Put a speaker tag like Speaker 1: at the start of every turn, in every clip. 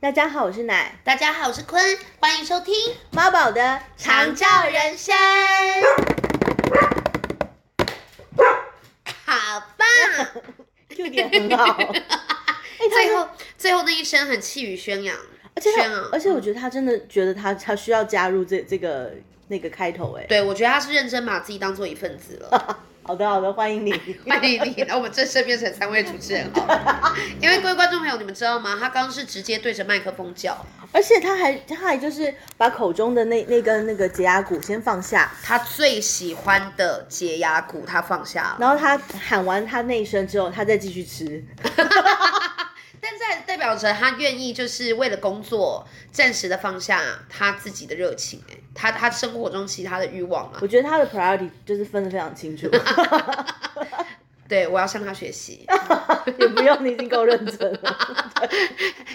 Speaker 1: 大家好，我是奶
Speaker 2: 大家好，我是坤，欢迎收听《
Speaker 1: 妈宝的
Speaker 2: 长照人生》。好
Speaker 1: 哎
Speaker 2: 棒！
Speaker 1: 这点很 好，哎
Speaker 2: 最后最后那一声很气宇轩扬，
Speaker 1: 而且他
Speaker 2: 炫啊
Speaker 1: 而且我觉得他真的觉得他他需要加入这这个那个开头哎，
Speaker 2: 对我觉得他是认真把自己当做一份子 了。
Speaker 1: 好的好的，欢迎你，
Speaker 2: 欢迎你来我们正式变成三位主持人好 了，因为各位观众朋友，你们知道吗？他刚刚是直接对着麦克风叫，
Speaker 1: 而且他还他还就是把口中的那那根那个解压鼓先放下，
Speaker 2: 他最喜欢的解压鼓他放下了，
Speaker 1: 然后他喊完他那一声之后，他再继续吃，
Speaker 2: 但这还是代表着他愿意就是为了工作暂时的放下他自己的热情、欸，他他生活中其他的欲望啊
Speaker 1: 我，觉得他的 priority 就是分得非常 清楚，
Speaker 2: 对我要向他 学习。
Speaker 1: 也不用你已经够认真了，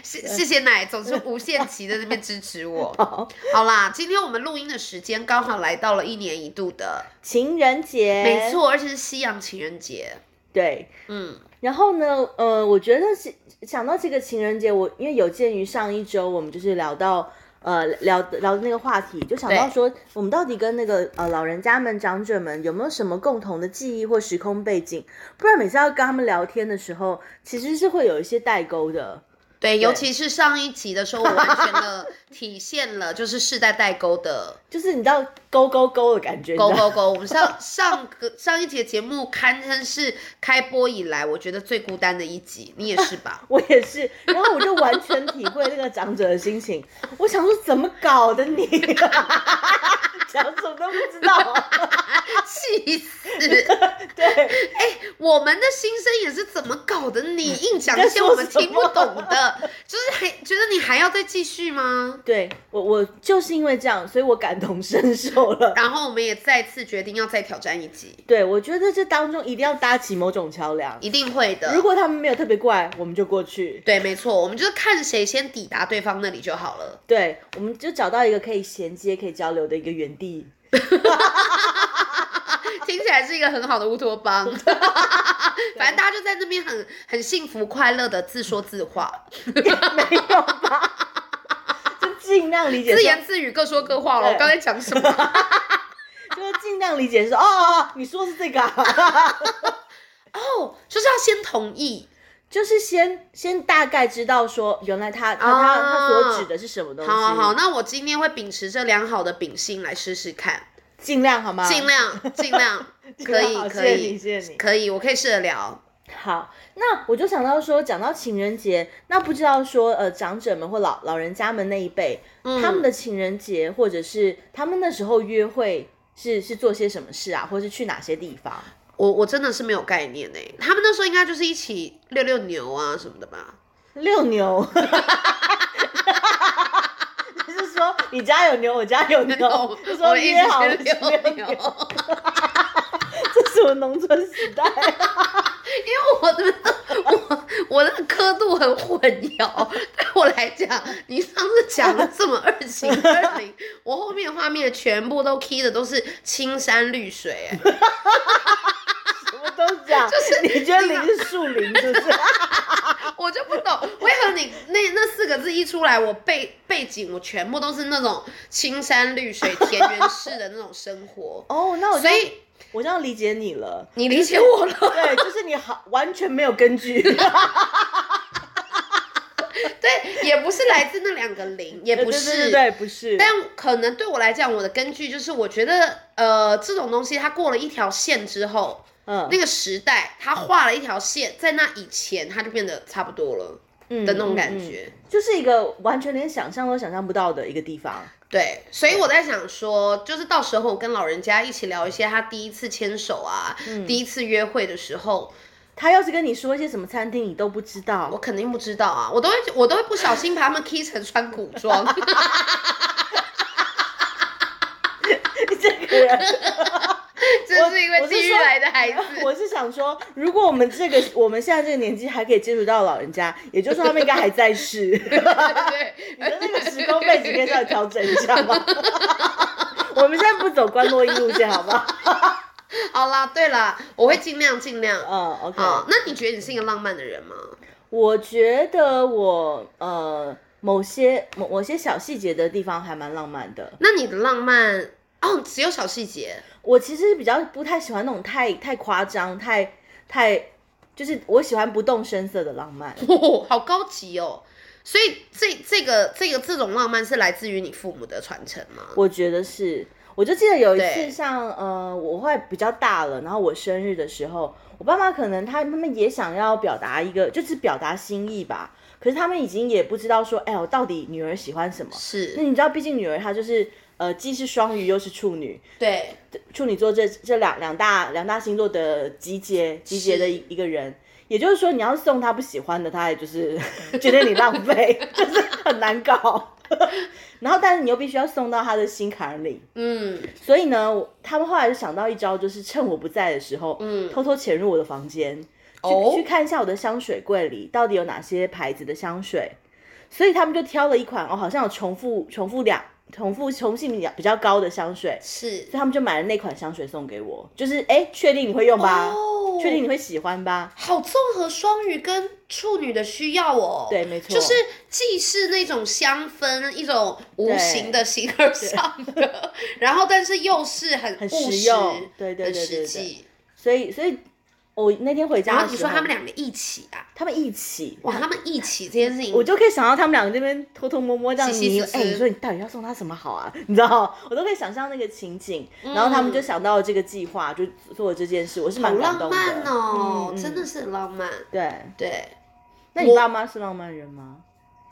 Speaker 2: 谢谢谢奶，总是无限期的那边支持我。 好啦，今天我们录音的时间刚好来到了一年一度的，
Speaker 1: 情人节，
Speaker 2: 没，错，而且是西洋情人节。
Speaker 1: 对，
Speaker 2: 嗯，
Speaker 1: 然后呢，呃，我觉得是想到这个情人节，我因为有鉴于上一周我们就是聊到呃聊聊的那个话题，就想到
Speaker 2: 对
Speaker 1: 说我们到底跟那个呃老人家们、长者们有没有什么共同的记忆或时空背景？不然每次要跟他们聊天的时候，其实是会有一些代沟的。
Speaker 2: 对，欸尤其是上一集的时候，我完全的体现了就是世代代沟的
Speaker 1: 就是你知道勾勾勾的感觉，你知道？
Speaker 2: 勾勾勾。我们上上个上一集的节目堪称是开播以来我觉得最孤单的一集，你也是吧
Speaker 1: 我也是，然后我就完全体会那个长者的心情。我想说，怎么搞的你、啊 讲什么都不知道、啊
Speaker 2: 气死！哎
Speaker 1: 对，
Speaker 2: 我们的心声也是怎么搞的？你硬讲一
Speaker 1: 你在
Speaker 2: 些
Speaker 1: 说
Speaker 2: 我们
Speaker 1: 什么
Speaker 2: 听不懂的，就是还觉得你还要再继续吗？
Speaker 1: 对我，我就是因为这样，所以我感同身受了。
Speaker 2: 然后我们也再次决定要再挑战一集，
Speaker 1: 对，我觉得这当中一定要搭起某种桥梁。
Speaker 2: 一定会的。
Speaker 1: 如果他们没有特别怪，我们就过去。
Speaker 2: 对，没错，我们就是看谁先抵达对方那里就好了。
Speaker 1: 对，我们就找到一个可以衔接、可以交流的一个原地。
Speaker 2: 听起来是一个很好的乌托 邦，反正大家就在那边很很幸福快乐的自说自话，
Speaker 1: 没有吧？就尽量理解
Speaker 2: 自
Speaker 1: 说，
Speaker 2: 言自语，各说各话了。
Speaker 1: 对
Speaker 2: 我刚才讲什 么？
Speaker 1: 就是尽量理解说，哦哦，哦你说是这个、啊，
Speaker 2: 哦，就是要先同意。
Speaker 1: 就是先先大概知道说，原来他他他他所指的是什么东西，
Speaker 2: 好哦好好，那我今天会秉持这良好的秉性来试试看，
Speaker 1: 尽量好吗？
Speaker 2: 尽 量尽量，可
Speaker 1: 尽量好
Speaker 2: 以可
Speaker 1: 谢谢你，
Speaker 2: 以
Speaker 1: 谢谢你。
Speaker 2: 可以，我可以试着聊。
Speaker 1: 好，那我就想到说，讲到情人节，那不知道说呃，长者们或老老人家们那一辈，他们的情人节或者是他们那时候约会是是做些什么事啊，或是去哪些地方？
Speaker 2: 我我真的是没有概念哎、他们那时候应该就是一起遛遛牛啊什么的 吧？
Speaker 1: 遛 牛。你是说你家有牛，我家有牛，就
Speaker 2: 哦我
Speaker 1: 说
Speaker 2: 们一
Speaker 1: 约
Speaker 2: 起
Speaker 1: 好
Speaker 2: 去
Speaker 1: 了
Speaker 2: 遛
Speaker 1: 牛，
Speaker 2: 牛。
Speaker 1: 这是我农村时代。
Speaker 2: 因为 我的我我的刻度很混淆， 对我来讲，你上次讲的这么二情二零，我后面画面全部都 key 的都是青山绿水，哎
Speaker 1: 什么都讲，就是你觉得林是树林，是不是？，
Speaker 2: 啊我就不懂为何你那那四个字一出来，我背背景我全部都是那种青山绿水田园式的那种生活
Speaker 1: 哦，那我这
Speaker 2: 所
Speaker 1: 样
Speaker 2: 以
Speaker 1: 我这样理解你了。
Speaker 2: 你理解我了。
Speaker 1: 对，就是你好，完全没有根据。
Speaker 2: 对，也不是来自那两个零， 也不
Speaker 1: 对对
Speaker 2: 是。
Speaker 1: 对，不是。
Speaker 2: 但可能对我来讲，我的根据就是，我觉得呃，这种东西它过了一条线之后，
Speaker 1: 嗯
Speaker 2: 那个时代它画了一条线，在那以前它就变得差不多了
Speaker 1: 嗯
Speaker 2: 的那种感，
Speaker 1: 嗯
Speaker 2: 觉。
Speaker 1: 嗯就是一个完全连想象都想象不到的一个地方。
Speaker 2: 对，所以我在想说，就是到时候我跟老人家一起聊一些他第一次牵手啊，
Speaker 1: 嗯
Speaker 2: 第一次约会的时候，
Speaker 1: 他要是跟你说一些什么餐厅，你都不知道
Speaker 2: 我，肯定不知道啊，我都会我都会不小心把他们 K 成穿古 装。
Speaker 1: 这个 人，
Speaker 2: 这是因为
Speaker 1: 我是
Speaker 2: 地狱
Speaker 1: 说
Speaker 2: 来的孩子。
Speaker 1: 我是想说，如果我们这个我们现在这个年纪还可以接触到老人家，也就是说他们应该还在世。
Speaker 2: 对，
Speaker 1: 你的那个时空背景可以稍微调整一下吗？ 我们现在不走关洛音路线，好不好？
Speaker 2: 好啦，对啦，我会尽量尽量。
Speaker 1: 嗯，OK。
Speaker 2: 哦好，那你觉得你是一个浪漫的人吗？
Speaker 1: 我觉得我呃某些某某些小细节的地方还蛮浪漫的。
Speaker 2: 那你的浪漫哦，只有小细节，
Speaker 1: 我其实比较不太喜欢那种太太夸张、太太，就是我喜欢不动声色的浪漫。
Speaker 2: 哦，好高级哦。所以这这个这个这种浪漫是来自于你父母的传承吗？
Speaker 1: 我觉得是，我就记得有一次
Speaker 2: 对
Speaker 1: 像呃，我会比较大了，然后我生日的时候，我爸妈可能他他们也想要表达一个，就是表达心意吧。可是他们已经也不知道说，哎呦，到底女儿喜欢什么？那
Speaker 2: 是，
Speaker 1: 你知道，毕竟女儿她就是呃，既是双鱼又是处女，
Speaker 2: 对，
Speaker 1: 处女座这这两两大两大星座的集结集结的一一个人。也就是说，你要送她不喜欢的，她也就是 觉得你浪费， 就是很难搞。 然后，但是你又必须要送到她的心坎里。
Speaker 2: 嗯，
Speaker 1: 所以呢，我他们后来就想到一招，就是趁我不在的时候，
Speaker 2: 嗯
Speaker 1: 偷偷潜入我的房间，
Speaker 2: 哦
Speaker 1: 去去看一下我的香水柜里到底有哪些牌子的香水。所以他们就挑了一款哦，好像有重复重复两重复重性比较高的香水，
Speaker 2: 是
Speaker 1: 所以他们就买了那款香水送给我，就是哎，确定你会用吧？
Speaker 2: 哦
Speaker 1: 确定你会喜欢吧？
Speaker 2: 好综合双鱼跟处女的需要哦。
Speaker 1: 对没错
Speaker 2: 就是既是那种香氛，一种无形的形而上的，然后但是又是很
Speaker 1: 很实
Speaker 2: 务实
Speaker 1: 用对对对
Speaker 2: 很
Speaker 1: 对对
Speaker 2: 实际。
Speaker 1: 所以，所以我那天回
Speaker 2: 然
Speaker 1: 家
Speaker 2: 后
Speaker 1: 的
Speaker 2: 你
Speaker 1: 时
Speaker 2: 说
Speaker 1: 候，
Speaker 2: 他们两个一起啊，
Speaker 1: 他们一起，
Speaker 2: 哇，他们一起这件事情，
Speaker 1: 嗯我就可以想到他们两个这边偷偷摸摸这样
Speaker 2: 嘻嘻
Speaker 1: 你
Speaker 2: 思思
Speaker 1: 哎、你说你到底要送他什么好啊？ 你知道，我都可以想象那个情景，
Speaker 2: 嗯
Speaker 1: 然后他们就想到了这个计划，就做了这件事，我是
Speaker 2: 好
Speaker 1: 蛮感
Speaker 2: 浪
Speaker 1: 动的。
Speaker 2: 漫哦，
Speaker 1: 嗯嗯
Speaker 2: 真的是很浪漫。
Speaker 1: 对，
Speaker 2: 对
Speaker 1: 那你爸妈是浪漫人吗？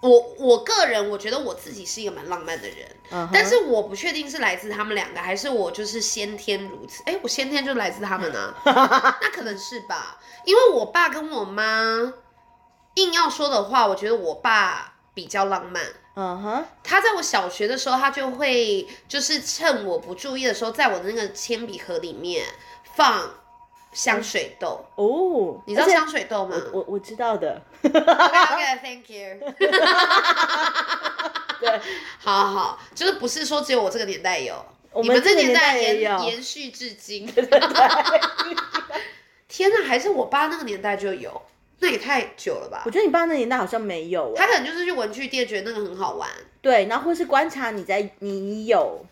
Speaker 2: 我我个人，我觉得我自己是一个蛮浪漫的人。
Speaker 1: 嗯哼，
Speaker 2: 但是我不确定是来自他们两个，还是我就是先天如此。哎，我先天就来自他们 啊，那可能是吧。因为我爸跟我妈，硬要说的话，我觉得我爸比较浪漫。
Speaker 1: 嗯哼，
Speaker 2: 他在我小学的时候，他就会就是趁我不注意的时候，在我的那个铅笔盒里面放香水豆。
Speaker 1: 哦，
Speaker 2: 你知道
Speaker 1: 而且
Speaker 2: 香水豆吗
Speaker 1: 我我我知道的，
Speaker 2: ？OK，Thank、you。
Speaker 1: 对，
Speaker 2: 好好，就是不是说只有我这个年代有，
Speaker 1: 我
Speaker 2: 你
Speaker 1: 们
Speaker 2: 这
Speaker 1: 这个
Speaker 2: 年
Speaker 1: 年代也
Speaker 2: 延
Speaker 1: 有
Speaker 2: 延续至今。 天哪，还是我爸那个年代就有，那也太久了吧
Speaker 1: 我？觉得你爸那年代好像没有、
Speaker 2: 他
Speaker 1: 哎
Speaker 2: 可能就是去文具店觉得那个很好玩，
Speaker 1: 对，然后或是观察你在你你有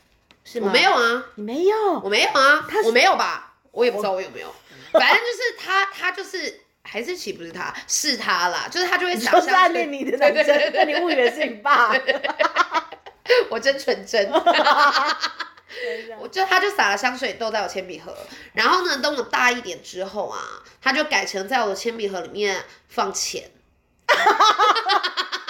Speaker 1: 是
Speaker 2: 我
Speaker 1: 吗？
Speaker 2: 没有，啊，
Speaker 1: 你没有，
Speaker 2: 我没有啊
Speaker 1: 他，是
Speaker 2: 我没有吧？我也不知道我有没有，反正就是他，他就是还是岂不是他，是他啦，就是他就会想
Speaker 1: 就是暗
Speaker 2: 象
Speaker 1: 恋你的男
Speaker 2: 对对
Speaker 1: 生，
Speaker 2: 对
Speaker 1: 但你误以为是你爸。
Speaker 2: 我真纯真。我就他就撒了香水豆在我铅笔盒，然后呢，等我大一点之后啊，他就改成在我的铅笔盒里面放钱。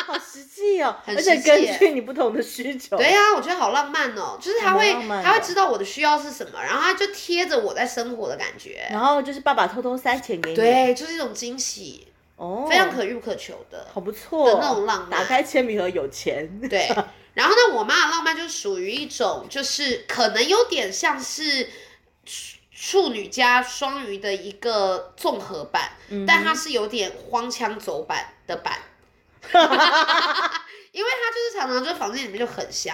Speaker 1: 好实际哦，
Speaker 2: 很
Speaker 1: 而且
Speaker 2: 实际耶
Speaker 1: 根据你不同的需求，
Speaker 2: 对呀、我觉得好浪漫哦，就是他
Speaker 1: 还蛮
Speaker 2: 会
Speaker 1: 浪漫的哦
Speaker 2: 他会知道我的需要是什么，然后他就贴着我在生活的感觉，
Speaker 1: 然后就是爸爸偷偷塞钱给你，，
Speaker 2: 对，就是一种惊喜，
Speaker 1: 哦，
Speaker 2: 非常可遇不可求的。
Speaker 1: 好不错，
Speaker 2: 的那种浪漫
Speaker 1: 打开铅笔盒有钱，
Speaker 2: 对，然后呢，我妈的浪漫就属于一种，就是可能有点像是处处女加双鱼的一个综合版，但它是有点荒腔走板的版，因为她就是常常就房间里面就很香，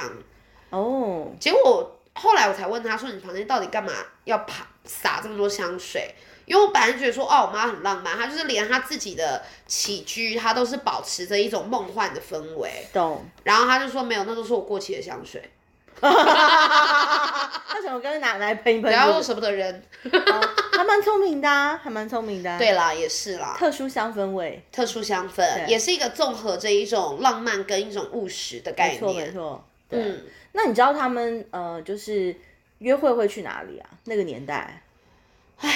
Speaker 1: 哦，
Speaker 2: 结果后来我才问她说，你房间到底干嘛要啪撒这么多香水？因为我本来觉得说，哦，我妈很浪漫，她就是连她自己的起居，她都是保持着一种梦幻的氛围。
Speaker 1: 懂。
Speaker 2: 然后他就说没有，那都是我过期的香水，
Speaker 1: 他想我刚刚拿拿来喷一喷，
Speaker 2: 然
Speaker 1: 是不
Speaker 2: 后又
Speaker 1: 是
Speaker 2: 舍不得扔。
Speaker 1: 哦还蛮聪明的啊，还蛮聪明的啊。
Speaker 2: 对啦，也是啦，
Speaker 1: 特殊香氛味，
Speaker 2: 特殊香氛也是一个综合这一种浪漫跟一种务实的概
Speaker 1: 没错没
Speaker 2: 念。
Speaker 1: 错。对，
Speaker 2: 嗯，
Speaker 1: 那你知道他们呃，就是约会会去哪里啊？那个年代，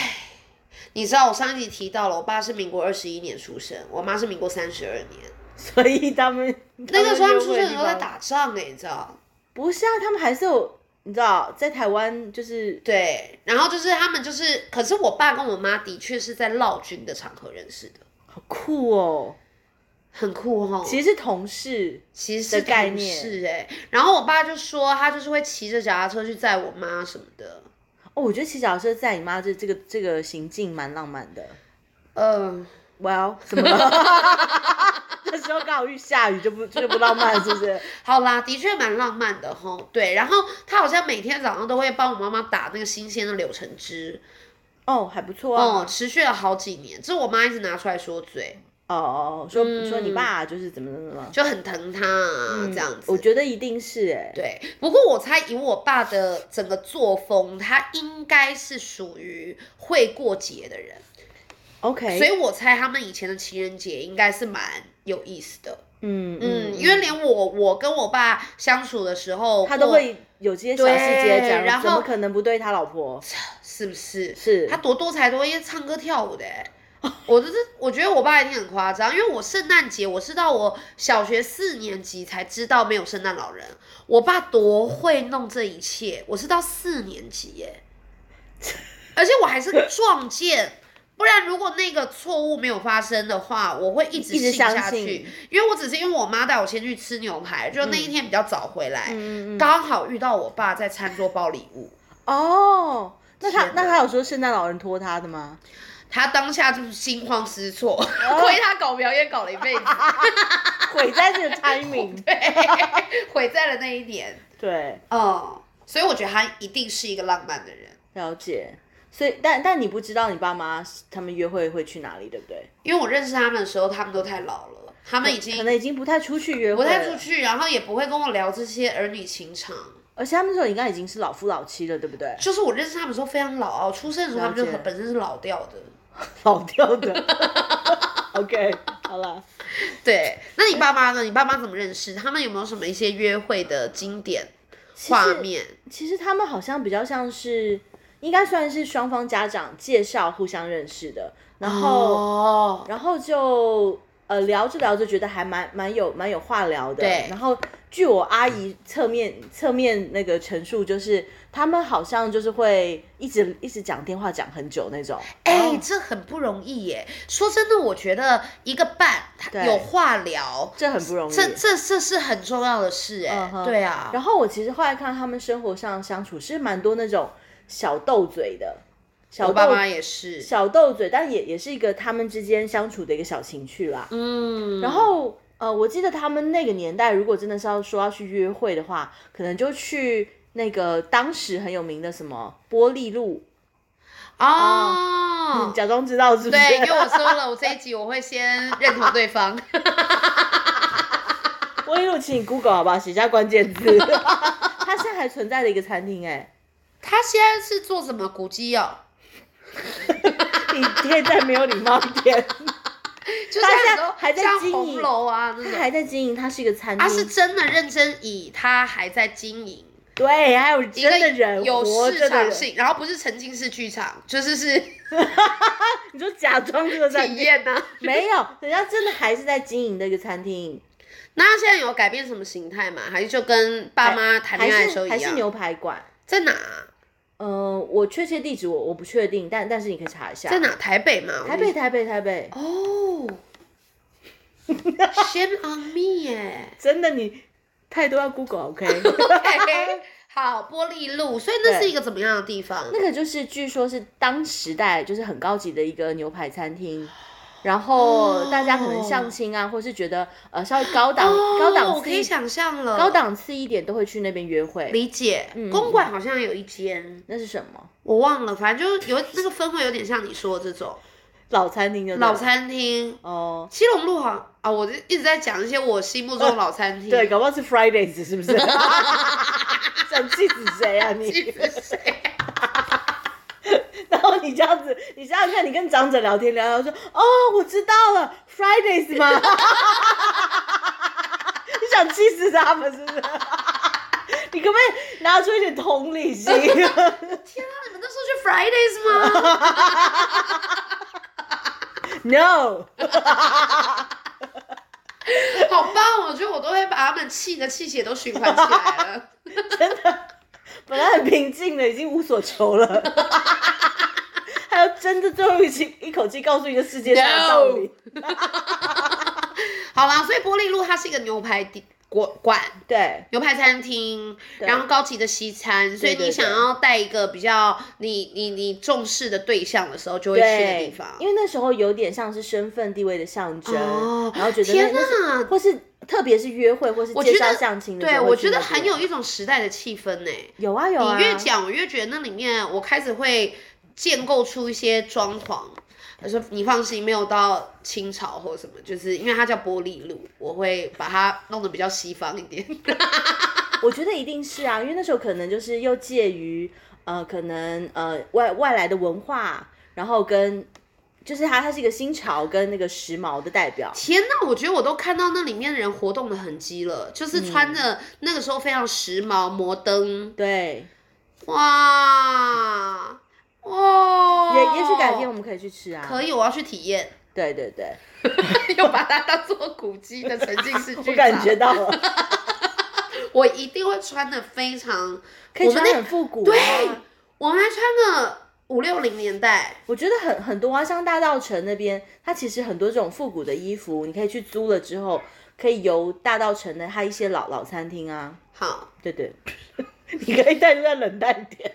Speaker 2: 你知道我上一集提到了，我爸是民国二十一年出生，我妈是民国三十二年。
Speaker 1: 所以他们
Speaker 2: 那个时候他们出
Speaker 1: 约会
Speaker 2: 生的时候
Speaker 1: 地
Speaker 2: 在
Speaker 1: 方，
Speaker 2: 打仗哎、你知道？
Speaker 1: 不是啊，他们还是有，你知道，在台湾就是
Speaker 2: 对，然后就是他们就是，可是我爸跟我妈的确是在闹军的场合认识的，
Speaker 1: 好酷哦，
Speaker 2: 很酷哦。
Speaker 1: 其实是同事，
Speaker 2: 其实是
Speaker 1: 的概
Speaker 2: 同
Speaker 1: 念
Speaker 2: 事哎、然后我爸就说他就是会骑着脚踏车去载我妈什么的。
Speaker 1: 哦，我觉得骑脚踏车载你妈这这个这个行径蛮浪漫的。
Speaker 2: 嗯，
Speaker 1: Well，怎么 了？那时候刚好遇下雨，就不就不浪漫，是不 是？
Speaker 2: 好啦，的确蛮浪漫的吼。对，然后他好像每天早上都会帮我妈妈打那个新鲜的柳橙汁，
Speaker 1: 哦，还不错
Speaker 2: 哦，
Speaker 1: 啊。
Speaker 2: 持续了好几年，这我妈一直拿出来说嘴。
Speaker 1: 哦，说说你
Speaker 2: 嗯
Speaker 1: 爸就是怎么怎么怎么
Speaker 2: 就很疼他、啊这样子。
Speaker 1: 嗯我觉得一定是哎、
Speaker 2: 对，不过我猜以我爸的整个作风，他应该是属于会过节的人，
Speaker 1: OK，
Speaker 2: 所以我猜他们以前的情人节应该是蛮有意思的。
Speaker 1: 嗯
Speaker 2: 嗯，因为连我我跟我爸相处的时候，
Speaker 1: 他都
Speaker 2: 我
Speaker 1: 会有这些小细节讲，
Speaker 2: 对然后
Speaker 1: 怎么可能不对他老婆？
Speaker 2: 是不是？
Speaker 1: 是
Speaker 2: 他多多才多艺，唱歌跳舞 的、欸。我这是我觉得我爸一定很夸张，因为我圣诞节我是到我小学四年级才知道没有圣诞老人，我爸多会弄这一切，我是到四年级 耶、而且我还是撞见，不然如果那个错误没有发生的话，我会一直
Speaker 1: 一直
Speaker 2: 信下
Speaker 1: 相信嗯
Speaker 2: 去，因为我只是因为我妈带我先去吃牛排，就那一天比较早回来，
Speaker 1: 嗯嗯嗯。
Speaker 2: 刚好遇到我爸在餐桌包礼物，
Speaker 1: 哦，那他
Speaker 2: 天哪
Speaker 1: 那他有说圣诞老人托他的 吗？
Speaker 2: 他当下就是惊慌失措，
Speaker 1: 哦
Speaker 2: 亏他搞表演搞了一辈子，
Speaker 1: 毁在这个 timing。
Speaker 2: 对，毁在了那一年。
Speaker 1: 对，
Speaker 2: 哦，所以我觉得他一定是一个浪漫的人，
Speaker 1: 了解。所以，但但你不知道你爸妈他们约会会去哪里，对不对？
Speaker 2: 因为我认识他们的时候，他们都太老了，他们已
Speaker 1: 可
Speaker 2: 经
Speaker 1: 能已经不太出去约会，
Speaker 2: 不太出。去，啊然后也不会跟我聊这些儿女情长。
Speaker 1: 而且他们那时候应该已经是老夫老妻了，对不对？
Speaker 2: 就是我认识他们的时候非常老啊，我出生的时候他们就很本身是老掉的。
Speaker 1: 老掉的。OK，好了。
Speaker 2: 对，那你爸妈呢？你爸妈怎么认识？他们有没有什么一些约会的经典
Speaker 1: 其
Speaker 2: 画
Speaker 1: 实
Speaker 2: 面？
Speaker 1: 其实他们好像比较像是，应该算是双方家长介绍互相认识的，然后、
Speaker 2: 哦，
Speaker 1: 然后就呃聊着聊着觉得还蛮蛮有蛮有话聊的。
Speaker 2: 对
Speaker 1: 然后据我阿姨侧面侧面那个陈述，就是他们好像就是会一直一直讲电话讲很久那种。
Speaker 2: 哎、
Speaker 1: 哦
Speaker 2: 这很不容易耶！说真的，我觉得一个伴他
Speaker 1: 对
Speaker 2: 有话聊，
Speaker 1: 这很不容易。
Speaker 2: 这这这是很重要的事哎。
Speaker 1: 嗯哼
Speaker 2: 对啊，
Speaker 1: 然后我其实后来看他们生活上相处是蛮多那种小斗嘴的，小
Speaker 2: 我
Speaker 1: 斗
Speaker 2: 爸妈也是，
Speaker 1: 小斗嘴，但也也是一个他们之间相处的一个小情趣啦。
Speaker 2: 嗯，
Speaker 1: 然后呃，我记得他们那个年代，如果真的是要说要去约会的话，可能就去那个当时很有名的什么玻璃路，
Speaker 2: 哦
Speaker 1: 你，假装知道是不是？
Speaker 2: 对，给我收了，我这一集我会先认同 对方。
Speaker 1: 玻璃路，请你 Google 好不好？写下关键字。 它现在还存在的一个餐厅、
Speaker 2: 他现在是做什么古迹哦？
Speaker 1: 哎，你可以再没有礼貌一点。
Speaker 2: 就是
Speaker 1: 他现在
Speaker 2: 很多
Speaker 1: 还在
Speaker 2: 像
Speaker 1: 经营
Speaker 2: 红楼啊那
Speaker 1: 它
Speaker 2: 种，
Speaker 1: 还在经营，它是一个餐厅。
Speaker 2: 他是真的认真以他还在经营。
Speaker 1: 对，还有
Speaker 2: 一个
Speaker 1: 真的人
Speaker 2: 有
Speaker 1: 活
Speaker 2: 市
Speaker 1: 着的
Speaker 2: 场
Speaker 1: 人，
Speaker 2: 性，然后不是沉浸式剧场，就是是
Speaker 1: 你就假装这个 餐
Speaker 2: 体
Speaker 1: 厅。
Speaker 2: 验呐、啊。
Speaker 1: 没有，人家真的还是在经营的一个餐厅，
Speaker 2: 那他现在有改变什么形态吗？还是就跟爸妈谈
Speaker 1: 还
Speaker 2: 恋爱的时
Speaker 1: 是
Speaker 2: 候一
Speaker 1: 还是
Speaker 2: 样？
Speaker 1: 牛排馆。
Speaker 2: 在哪啊？
Speaker 1: 呃，我确切地址我我不确定，但但是你可以查一下。
Speaker 2: 在？哪？台北嘛。
Speaker 1: 台北，台北，台北。
Speaker 2: 我就。哦。Shame on me 耶。
Speaker 1: 真的你太多要 Google OK？
Speaker 2: OK，好，玻璃路，所以那是一个怎么样的地方？
Speaker 1: 那个就是据说是当时代就是很高级的一个牛排餐厅。然后大家可能相亲啊，或是觉得呃稍微高档、
Speaker 2: 哦
Speaker 1: 高档
Speaker 2: 我
Speaker 1: 次
Speaker 2: 可以
Speaker 1: 一
Speaker 2: 想象了。
Speaker 1: 高档嗯次一点，都会去那边约会。
Speaker 2: 理解。公馆好像有一间，
Speaker 1: 那是什么
Speaker 2: 我忘了，反正就有那个氛围有点像你说的这种
Speaker 1: 老餐厅就对了
Speaker 2: 老餐厅。
Speaker 1: 哦，
Speaker 2: 七龙路好像啊，我一直在讲一些我心目中的老餐厅。
Speaker 1: 对，搞不好是 Fridays 是不 是？想气死谁啊 你？
Speaker 2: 记得谁？
Speaker 1: 然后你这样子，你想想看，你跟长者聊天聊聊说，哦，我知道了，Fridays 吗？ 你想气死他们是不是？ 你可不可以拿出一点同理心？
Speaker 2: 天啊，你们那时候去 Fridays 吗？
Speaker 1: No，
Speaker 2: 好棒！哦我觉得我都会把他们气的气血都循环起来了。
Speaker 1: 本来很平静的，已经无所求了， 还要真的最后一气一口气告诉一个世界上的道理。
Speaker 2: 好啦，所以玻璃路它是一个牛排店馆馆。
Speaker 1: 对，
Speaker 2: 牛排餐厅，然后高级的西餐，所以
Speaker 1: 对
Speaker 2: 你
Speaker 1: 对
Speaker 2: 想要带一个比较你你你重视的对象的时候，就会去的地方。
Speaker 1: 因为那时候有点像是身份地位的象征，
Speaker 2: 哦
Speaker 1: 然后觉得那
Speaker 2: 天
Speaker 1: 那是
Speaker 2: 哪，
Speaker 1: 或是特别是约会或是
Speaker 2: 我
Speaker 1: 介
Speaker 2: 觉
Speaker 1: 绍
Speaker 2: 得
Speaker 1: 相亲的时
Speaker 2: 对
Speaker 1: 候
Speaker 2: 我
Speaker 1: 会去
Speaker 2: 觉
Speaker 1: 那边，
Speaker 2: 得很有一种时代的气氛呢、
Speaker 1: 有啊有啊，
Speaker 2: 你越讲，我越觉得那里面我开始会建构出一些装潢，他说你放心，没有到清朝或什么，就是因为它叫玻璃路，我会把它弄得比较西方一点。
Speaker 1: 我觉得一定是啊，因为那时候可能就是又介于呃，可能呃外外来的文化，然后跟就是它它是一个新潮跟那个时髦的代表。
Speaker 2: 天呐，我觉得我都看到那里面的人活动的痕迹了，就是
Speaker 1: 嗯
Speaker 2: 穿着那个时候非常时髦摩登，
Speaker 1: 对，
Speaker 2: 哇哦，
Speaker 1: 也也许改天我们可以去吃啊。
Speaker 2: 可以，我要去体验，
Speaker 1: 对对对，
Speaker 2: 又把它当做古迹的沉浸式剧场，
Speaker 1: 我感觉到了，
Speaker 2: 我一定会穿的非常，
Speaker 1: 可以
Speaker 2: 我们
Speaker 1: 穿
Speaker 2: 那
Speaker 1: 很复古、啊。
Speaker 2: 对我们还穿个五六零年代。
Speaker 1: 我觉得很很多啊，像大道城那边，它其实很多这种复古的衣服，你可以去租了之后，可以由大道城的它一些老老餐厅啊，
Speaker 2: 好，
Speaker 1: 对对， 你可以态度再冷淡一点。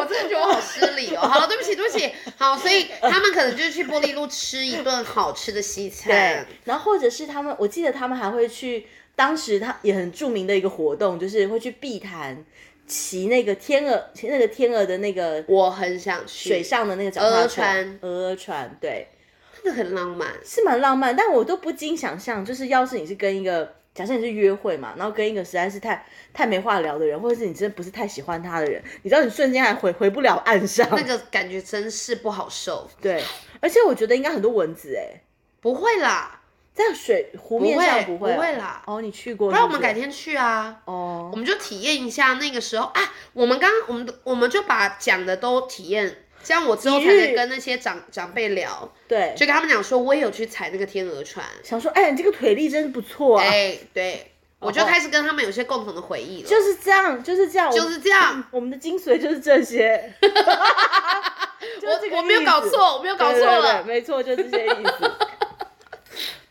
Speaker 2: 我真的觉得我好失礼哦。好，对不起，对不起。好，所以他们可能就是去玻璃路吃一顿好吃的西
Speaker 1: 对
Speaker 2: 餐。，
Speaker 1: 然后或者是他们，我记得他们还会去，当时他也很著名的一个活动，就是会去碧潭骑那个天鹅，骑那个天鹅的那个
Speaker 2: 我很想去，
Speaker 1: 水上的那个脚踏车
Speaker 2: 鹅船，
Speaker 1: 鹅船，对，
Speaker 2: 真的很浪漫。
Speaker 1: 是蛮浪漫，但我都不禁想象，就是要是你是跟一个，假设你是约会嘛，然后跟一个实在是太太没话聊的人，或者是你真的不是太喜欢他的人，你知道你瞬间还回回不了岸上，
Speaker 2: 那个感觉真是不好受。
Speaker 1: 对，而且我觉得应该很多蚊子哎、
Speaker 2: 不会啦，
Speaker 1: 在水湖
Speaker 2: 不
Speaker 1: 面上
Speaker 2: 会，
Speaker 1: 不
Speaker 2: 不
Speaker 1: 会啊，
Speaker 2: 会啦。
Speaker 1: 哦，你去过是不
Speaker 2: 不
Speaker 1: 是，
Speaker 2: 然我们改天去啊，
Speaker 1: 哦
Speaker 2: 我，们就体验一下那个时候啊。我们刚我们我们就把讲的都体验，这样我之后才
Speaker 1: 一日
Speaker 2: 能跟那些长长辈聊，
Speaker 1: 对，
Speaker 2: 就跟他们讲说我也有去踩那个天鹅船。
Speaker 1: 想说，哎、你这个腿力真是不错啊，
Speaker 2: 哎，对，我就开始跟他们有些共同的回忆了，
Speaker 1: 就是嗯这样，就是这样，
Speaker 2: 就是这样。
Speaker 1: 我们我们的精髓就是这 些， 就是这个
Speaker 2: 我我没有
Speaker 1: 意思
Speaker 2: 搞错，我没有 搞错
Speaker 1: 对对对
Speaker 2: 了。
Speaker 1: 没错，就是这些意思。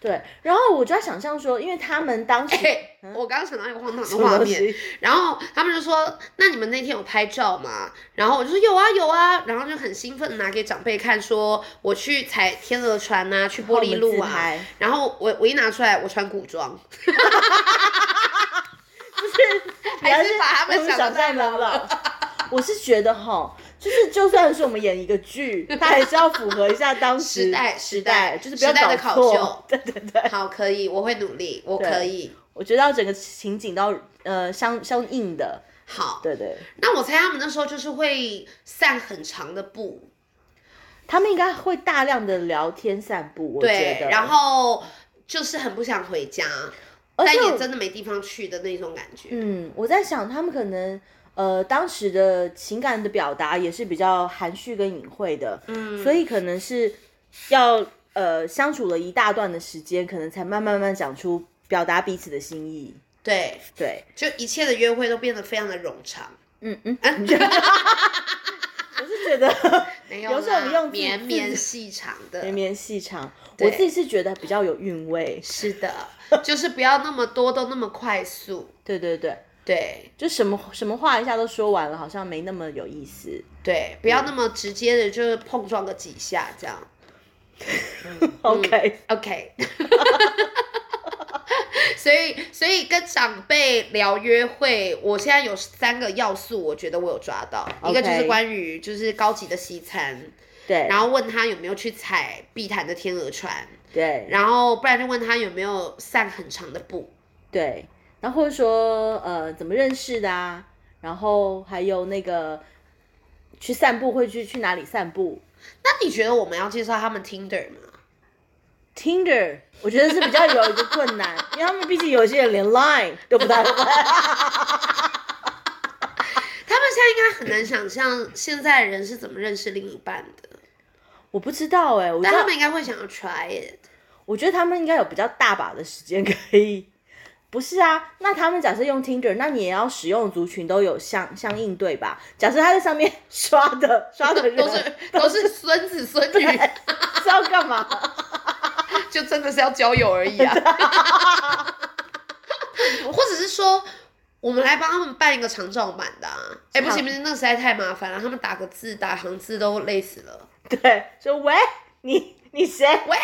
Speaker 1: 对，然后我就在想象说，因为他们当时、
Speaker 2: 嘿，我刚刚想到一个荒唐
Speaker 1: 嗯什
Speaker 2: 的
Speaker 1: 么
Speaker 2: 哎画
Speaker 1: 东
Speaker 2: 面，
Speaker 1: 西，
Speaker 2: 然后他们就说：“那你们那天有拍照吗？”然后我就说：“有啊，有啊。”然后就很兴奋地拿给长辈看，说：“我去踩天鹅船呐、去玻璃路
Speaker 1: 然后我们自
Speaker 2: 啊
Speaker 1: 拍。”
Speaker 2: 然后我我一拿出来，我穿古装， 还是把他们
Speaker 1: 我们想
Speaker 2: 想
Speaker 1: 太
Speaker 2: 太
Speaker 1: 美
Speaker 2: 美
Speaker 1: 了。我是觉得哈，就是就算是我们演一个剧，它还是要符合一下当时
Speaker 2: 时代
Speaker 1: 时
Speaker 2: 时
Speaker 1: 代，
Speaker 2: 代
Speaker 1: 就是不要
Speaker 2: 时代
Speaker 1: 搞
Speaker 2: 的考
Speaker 1: 错
Speaker 2: 究。
Speaker 1: 对对对，
Speaker 2: 好，可以，我会努力，我可以。
Speaker 1: 我觉得要整个情景都要呃相相应的，
Speaker 2: 好，
Speaker 1: 对对，
Speaker 2: 那我猜他们那时候就是会散很长的步，
Speaker 1: 他们应该会大量的聊天散步，我觉
Speaker 2: 对
Speaker 1: 得。，
Speaker 2: 然后就是很不想回家，
Speaker 1: 而
Speaker 2: 但
Speaker 1: 且
Speaker 2: 也
Speaker 1: 我
Speaker 2: 真的没地方去的那种感觉。
Speaker 1: 嗯，我在想他们可能呃当时的情感的表达也是比较含蓄跟隐晦的，嗯，所以可能是要呃相处了一大段的时间，可能才慢慢慢慢讲出表达彼此的心意。
Speaker 2: 对，
Speaker 1: 对，
Speaker 2: 就一切的约会都变得非常的冗长。
Speaker 1: 嗯嗯，你觉得 我是觉 得
Speaker 2: 没
Speaker 1: 有
Speaker 2: 有
Speaker 1: 时候我们
Speaker 2: 啦
Speaker 1: 用字
Speaker 2: 绵
Speaker 1: 字
Speaker 2: 绵细长的，
Speaker 1: 绵绵细长，我自己是觉得比较有韵味。
Speaker 2: 是的， 就是不要那么多，都那么快速。
Speaker 1: 对对对，
Speaker 2: 对
Speaker 1: 就什么什么话一下都说完了，好像没那么有意思。
Speaker 2: 对，不要那么直接的，就是碰撞个几下这样。
Speaker 1: OK，
Speaker 2: 嗯 OK，所以所以跟长辈聊约会，我现在有三个要素，我觉得我有抓到，一个就是
Speaker 1: OK
Speaker 2: 关于就是高级的西餐，
Speaker 1: 对，
Speaker 2: 然后问他有没有去踩碧潭的天鹅船，
Speaker 1: 对，
Speaker 2: 然后不然就问他有没有散很长的步。
Speaker 1: 对，然后或者说呃怎么认识的啊，然后还有那个去散步会去去哪里散步
Speaker 2: 那你觉得我们要介绍他们 Tinder 吗？
Speaker 1: ，Tinder 我觉得是比较有一个困难，因为他们毕竟有些人连 Line 都不太会。
Speaker 2: 他们现在应该很难想象现在人是怎么认识另一半的，
Speaker 1: 我不知道哎、我知
Speaker 2: 但
Speaker 1: 道
Speaker 2: 他们，应该会想要 try it。
Speaker 1: 我觉得他们应该有比较大把的时间可以。不是啊，那他们假设用 Tinder，那你也要使用的族群都有相相应对吧？假设他在上面刷的刷的人
Speaker 2: 都是都是孙子孙女，
Speaker 1: 是要干嘛？
Speaker 2: 就真的是要交友而已啊。 或者是说，我们来帮他们办一个长照版的、啊。哎、不行不行，那个实在太麻烦了，他们打个字打行字都累死了。
Speaker 1: 对，说喂，你你谁？喂，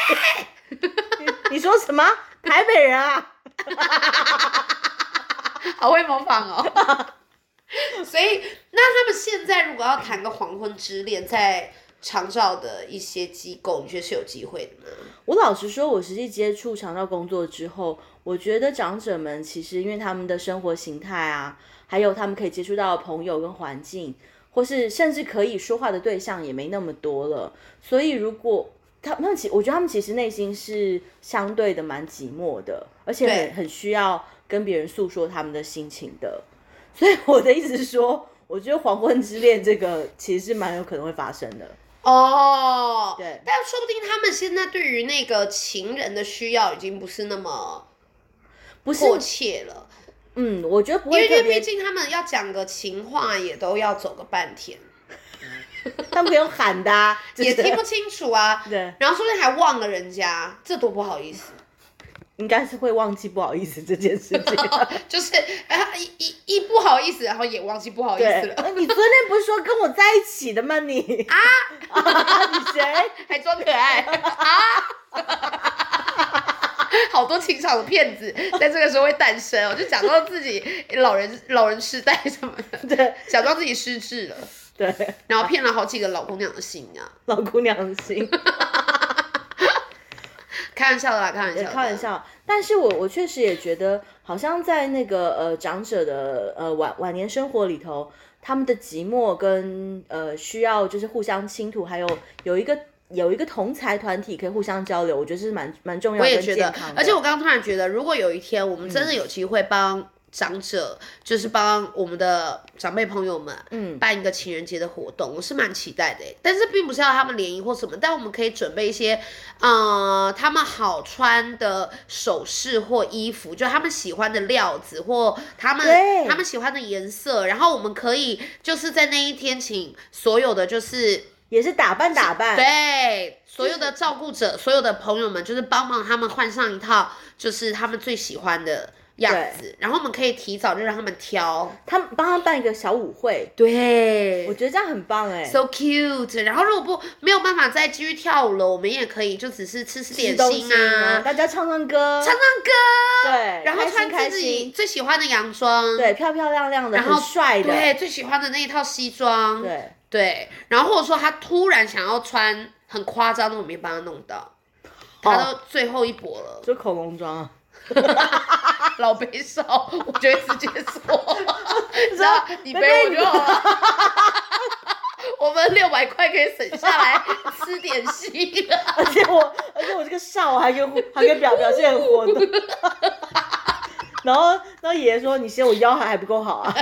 Speaker 1: 你你说什么？台北人啊？
Speaker 2: 好会模仿哦。 所以，那他们现在如果要谈个黄昏之恋，在长照的一些机构，你觉得是有机会的吗？
Speaker 1: 我老实说，我实际接触长照工作之后，我觉得长者们其实因为他们的生活形态啊，还有他们可以接触到的朋友跟环境，或是甚至可以说话的对象也没那么多了，所以如果他们其，我觉得他们其实内心是相对的蛮寂寞的，而且
Speaker 2: 对
Speaker 1: 很很需要跟别人诉说他们的心情的。所以我的意思是说，我觉得黄昏之恋这个其实是蛮有可能会发生
Speaker 2: 嗯
Speaker 1: 的。
Speaker 2: 哦，
Speaker 1: 对
Speaker 2: 但说不定他们现在对于那个情人的需要已经不是那么
Speaker 1: 不是，
Speaker 2: 迫切了，
Speaker 1: 嗯，我觉得不
Speaker 2: 因
Speaker 1: 会
Speaker 2: 为
Speaker 1: 特
Speaker 2: 毕
Speaker 1: 别，
Speaker 2: 竟他们要讲个情话，也都要走个半天，
Speaker 1: 他们可以用喊的、啊，就是
Speaker 2: 也听不清楚啊。
Speaker 1: 对，
Speaker 2: 然后说不定还忘了人家，这多不好意思。
Speaker 1: 应该是会忘记不好意思这件 事情。
Speaker 2: 就是啊，一一一不好意思，然后也忘记不好意
Speaker 1: 对
Speaker 2: 思，了，
Speaker 1: 呃 你昨天不是说跟我在一起的吗？你啊你谁？
Speaker 2: 还装可爱啊！ 好多情场的骗子在这个时候会诞生，我就假装自己老人老人痴呆什么的，
Speaker 1: 对
Speaker 2: 假装自己失智了，
Speaker 1: 对，
Speaker 2: 然后骗了好几个老姑娘的心啊！
Speaker 1: 老姑娘心。
Speaker 2: 开玩笑的啦，开玩笑
Speaker 1: 也
Speaker 2: 的，
Speaker 1: 开玩。笑，但是我我确实也觉得，好像在那个呃长者的呃晚晚年生活里头，他们的寂寞跟呃需要就是互相倾吐，还有有一个有一个同才团体可以互相交流，我觉得是蛮蛮重要
Speaker 2: 我也
Speaker 1: 跟
Speaker 2: 觉
Speaker 1: 健
Speaker 2: 得
Speaker 1: 康的。，
Speaker 2: 而且我刚刚突然觉得，如果有一天我们真的有机会帮长者，就是帮我们的长辈朋友们，
Speaker 1: 嗯
Speaker 2: 办一个情人节的活动，我是蛮期待的欸。但是并不是要他们联谊或什么，但我们可以准备一些，呃，他们好穿的首饰或衣服，就他们喜欢的料子或他们
Speaker 1: 对
Speaker 2: 他们喜欢的颜色，然后我们可以就是在那一天请所有的就是。
Speaker 1: 也是打扮打扮，
Speaker 2: 对，所有的照顾者、所有的朋友们，就是帮忙他们换上一套，就是他们最喜欢的样子，然后我们可以提早就让他们挑。
Speaker 1: 他们帮他办一个小舞会，
Speaker 2: 对
Speaker 1: 我觉得这样很棒哎、
Speaker 2: So cute。然后如果不没有办法再继续跳舞了，我们也可以就只是吃吃点
Speaker 1: 吃东
Speaker 2: 心
Speaker 1: 西啊，
Speaker 2: 啊，
Speaker 1: 大家唱唱歌，
Speaker 2: 唱唱歌，
Speaker 1: 对，
Speaker 2: 然后
Speaker 1: 开心
Speaker 2: 穿
Speaker 1: 开
Speaker 2: 自己
Speaker 1: 心，
Speaker 2: 最喜欢的洋装，
Speaker 1: 对，漂漂亮亮的，
Speaker 2: 然后
Speaker 1: 很帅的，
Speaker 2: 对，最喜欢的那一套西装，
Speaker 1: 对
Speaker 2: 对，然后或者说他突然想要穿很夸张的，我们也帮他弄到，
Speaker 1: 哦
Speaker 2: 他都最后一搏了。
Speaker 1: 就恐龙装啊。
Speaker 2: 老悲少，我就会直接说，你知道你
Speaker 1: 贝
Speaker 2: 背我
Speaker 1: 贝
Speaker 2: 就好了。 我们六百块可以省下来吃点心了。
Speaker 1: 而且我，而且我这个少还跟还跟表表现很活动。 然后，然后爷爷说：“你嫌我腰还还不够好啊！”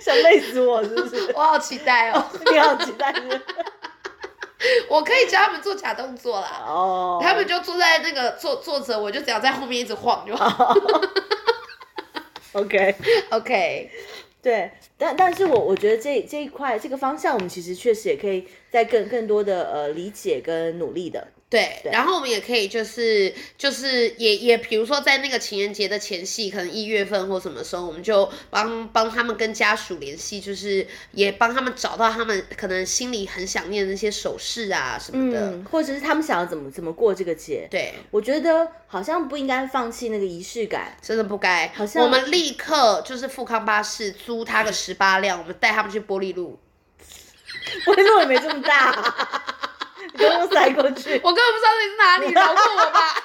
Speaker 1: 想累死我是不是？
Speaker 2: 我好期待哦！
Speaker 1: 你好期待是不是
Speaker 2: 我可以教他们做假动作啦，
Speaker 1: 哦，
Speaker 2: 他们就坐在那个坐坐着，我就只要在后面一直晃就好。
Speaker 1: OK，
Speaker 2: OK，
Speaker 1: 对，但但是我我觉得这这一块这个方向，我们其实确实也可以再更更多的呃理解跟努力的。
Speaker 2: 对，然后我们也可以就是就是也也比如说在那个情人节的前夕，可能一月份或什么时候，我们就帮帮他们跟家属联系，就是也帮他们找到他们可能心里很想念的那些首饰啊什么的。
Speaker 1: 嗯，或者是他们想要怎么怎么过这个节，
Speaker 2: 对，
Speaker 1: 我觉得好像不应该放弃那个仪式感。
Speaker 2: 真的不该，
Speaker 1: 像
Speaker 2: 我们立刻就是富康巴士租他个十八辆，我们带他们去玻璃路。
Speaker 1: 为什么没这么大、你给我塞过去，
Speaker 2: 我根本不知道这里是哪里，饶过我吧。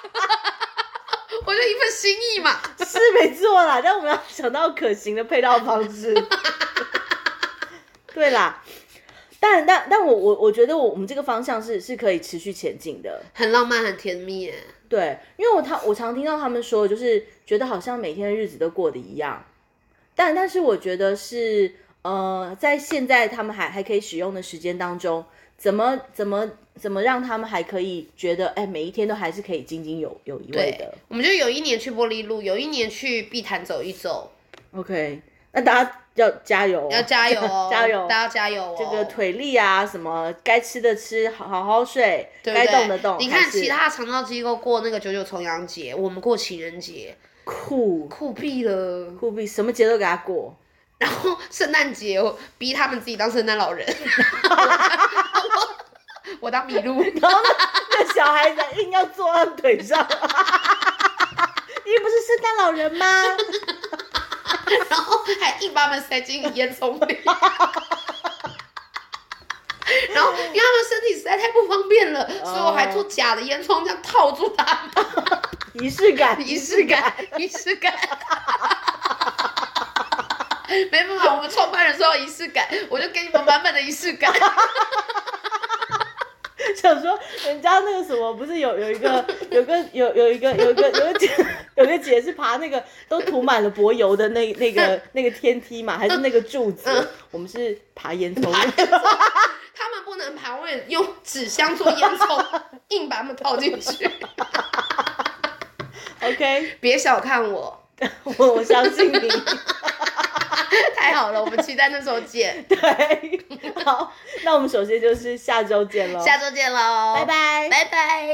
Speaker 2: 我就一份心意嘛。
Speaker 1: 是没错啦，但我们要想到可行的配套方式。 对啦，但但但我我我觉得我我们这个方向是是可以持续前进的，
Speaker 2: 很浪漫，很甜蜜耶。
Speaker 1: 对，因为我常我常听到他们说，就是觉得好像每天的日子都过得一样，但但是我觉得是呃，在现在他们还还可以使用的时间当中，怎么怎么怎么让他们还可以觉得，哎，每一天都还是可以津津有有一味
Speaker 2: 对
Speaker 1: 的。，
Speaker 2: 我们就有一年去玻璃路，有一年去碧潭走一走，
Speaker 1: OK，那大家要加油、哦，，
Speaker 2: 要加油哦
Speaker 1: 加油
Speaker 2: 大家加油哦！
Speaker 1: 这个腿力啊，什么该吃的吃，好好好睡，
Speaker 2: 对不对
Speaker 1: 该动的动。
Speaker 2: 你
Speaker 1: 还
Speaker 2: 看
Speaker 1: 是
Speaker 2: 其他长照机构过那个九九重阳节，我们过情人节，
Speaker 1: 酷
Speaker 2: 酷毙了。
Speaker 1: 酷毙，什么节都给他过。
Speaker 2: 然后圣诞节，我逼他们自己当圣诞老人， 我我当麋鹿。
Speaker 1: 然后那 那小孩子硬要坐到腿上，你因为不是圣诞老人吗？
Speaker 2: 然后还硬把他们塞进烟囱里。 然后因为他们身体实在太不方便了，所以我还做假的烟囱这样套住他们，
Speaker 1: 仪式感，
Speaker 2: 仪式感，仪式感。没办法，我们创办人说要仪式感，我就给你们满满的仪式感。
Speaker 1: 想说人家那个什么，不是有有一个有个有有一个有一个有个姐有个姐是爬那个都涂满了柏油的那那个那个天梯嘛，还是那个柱子？我们是嗯爬烟囱的，
Speaker 2: 他们不能爬，我也用纸箱做烟囱，硬把他们套进去。
Speaker 1: OK，
Speaker 2: 别小看我，
Speaker 1: 我我相信你。
Speaker 2: 太好了，我们期待那时候见，
Speaker 1: 对，好，那我们首先就是下周见喽，
Speaker 2: 下周见喽，
Speaker 1: 拜拜，
Speaker 2: 拜拜。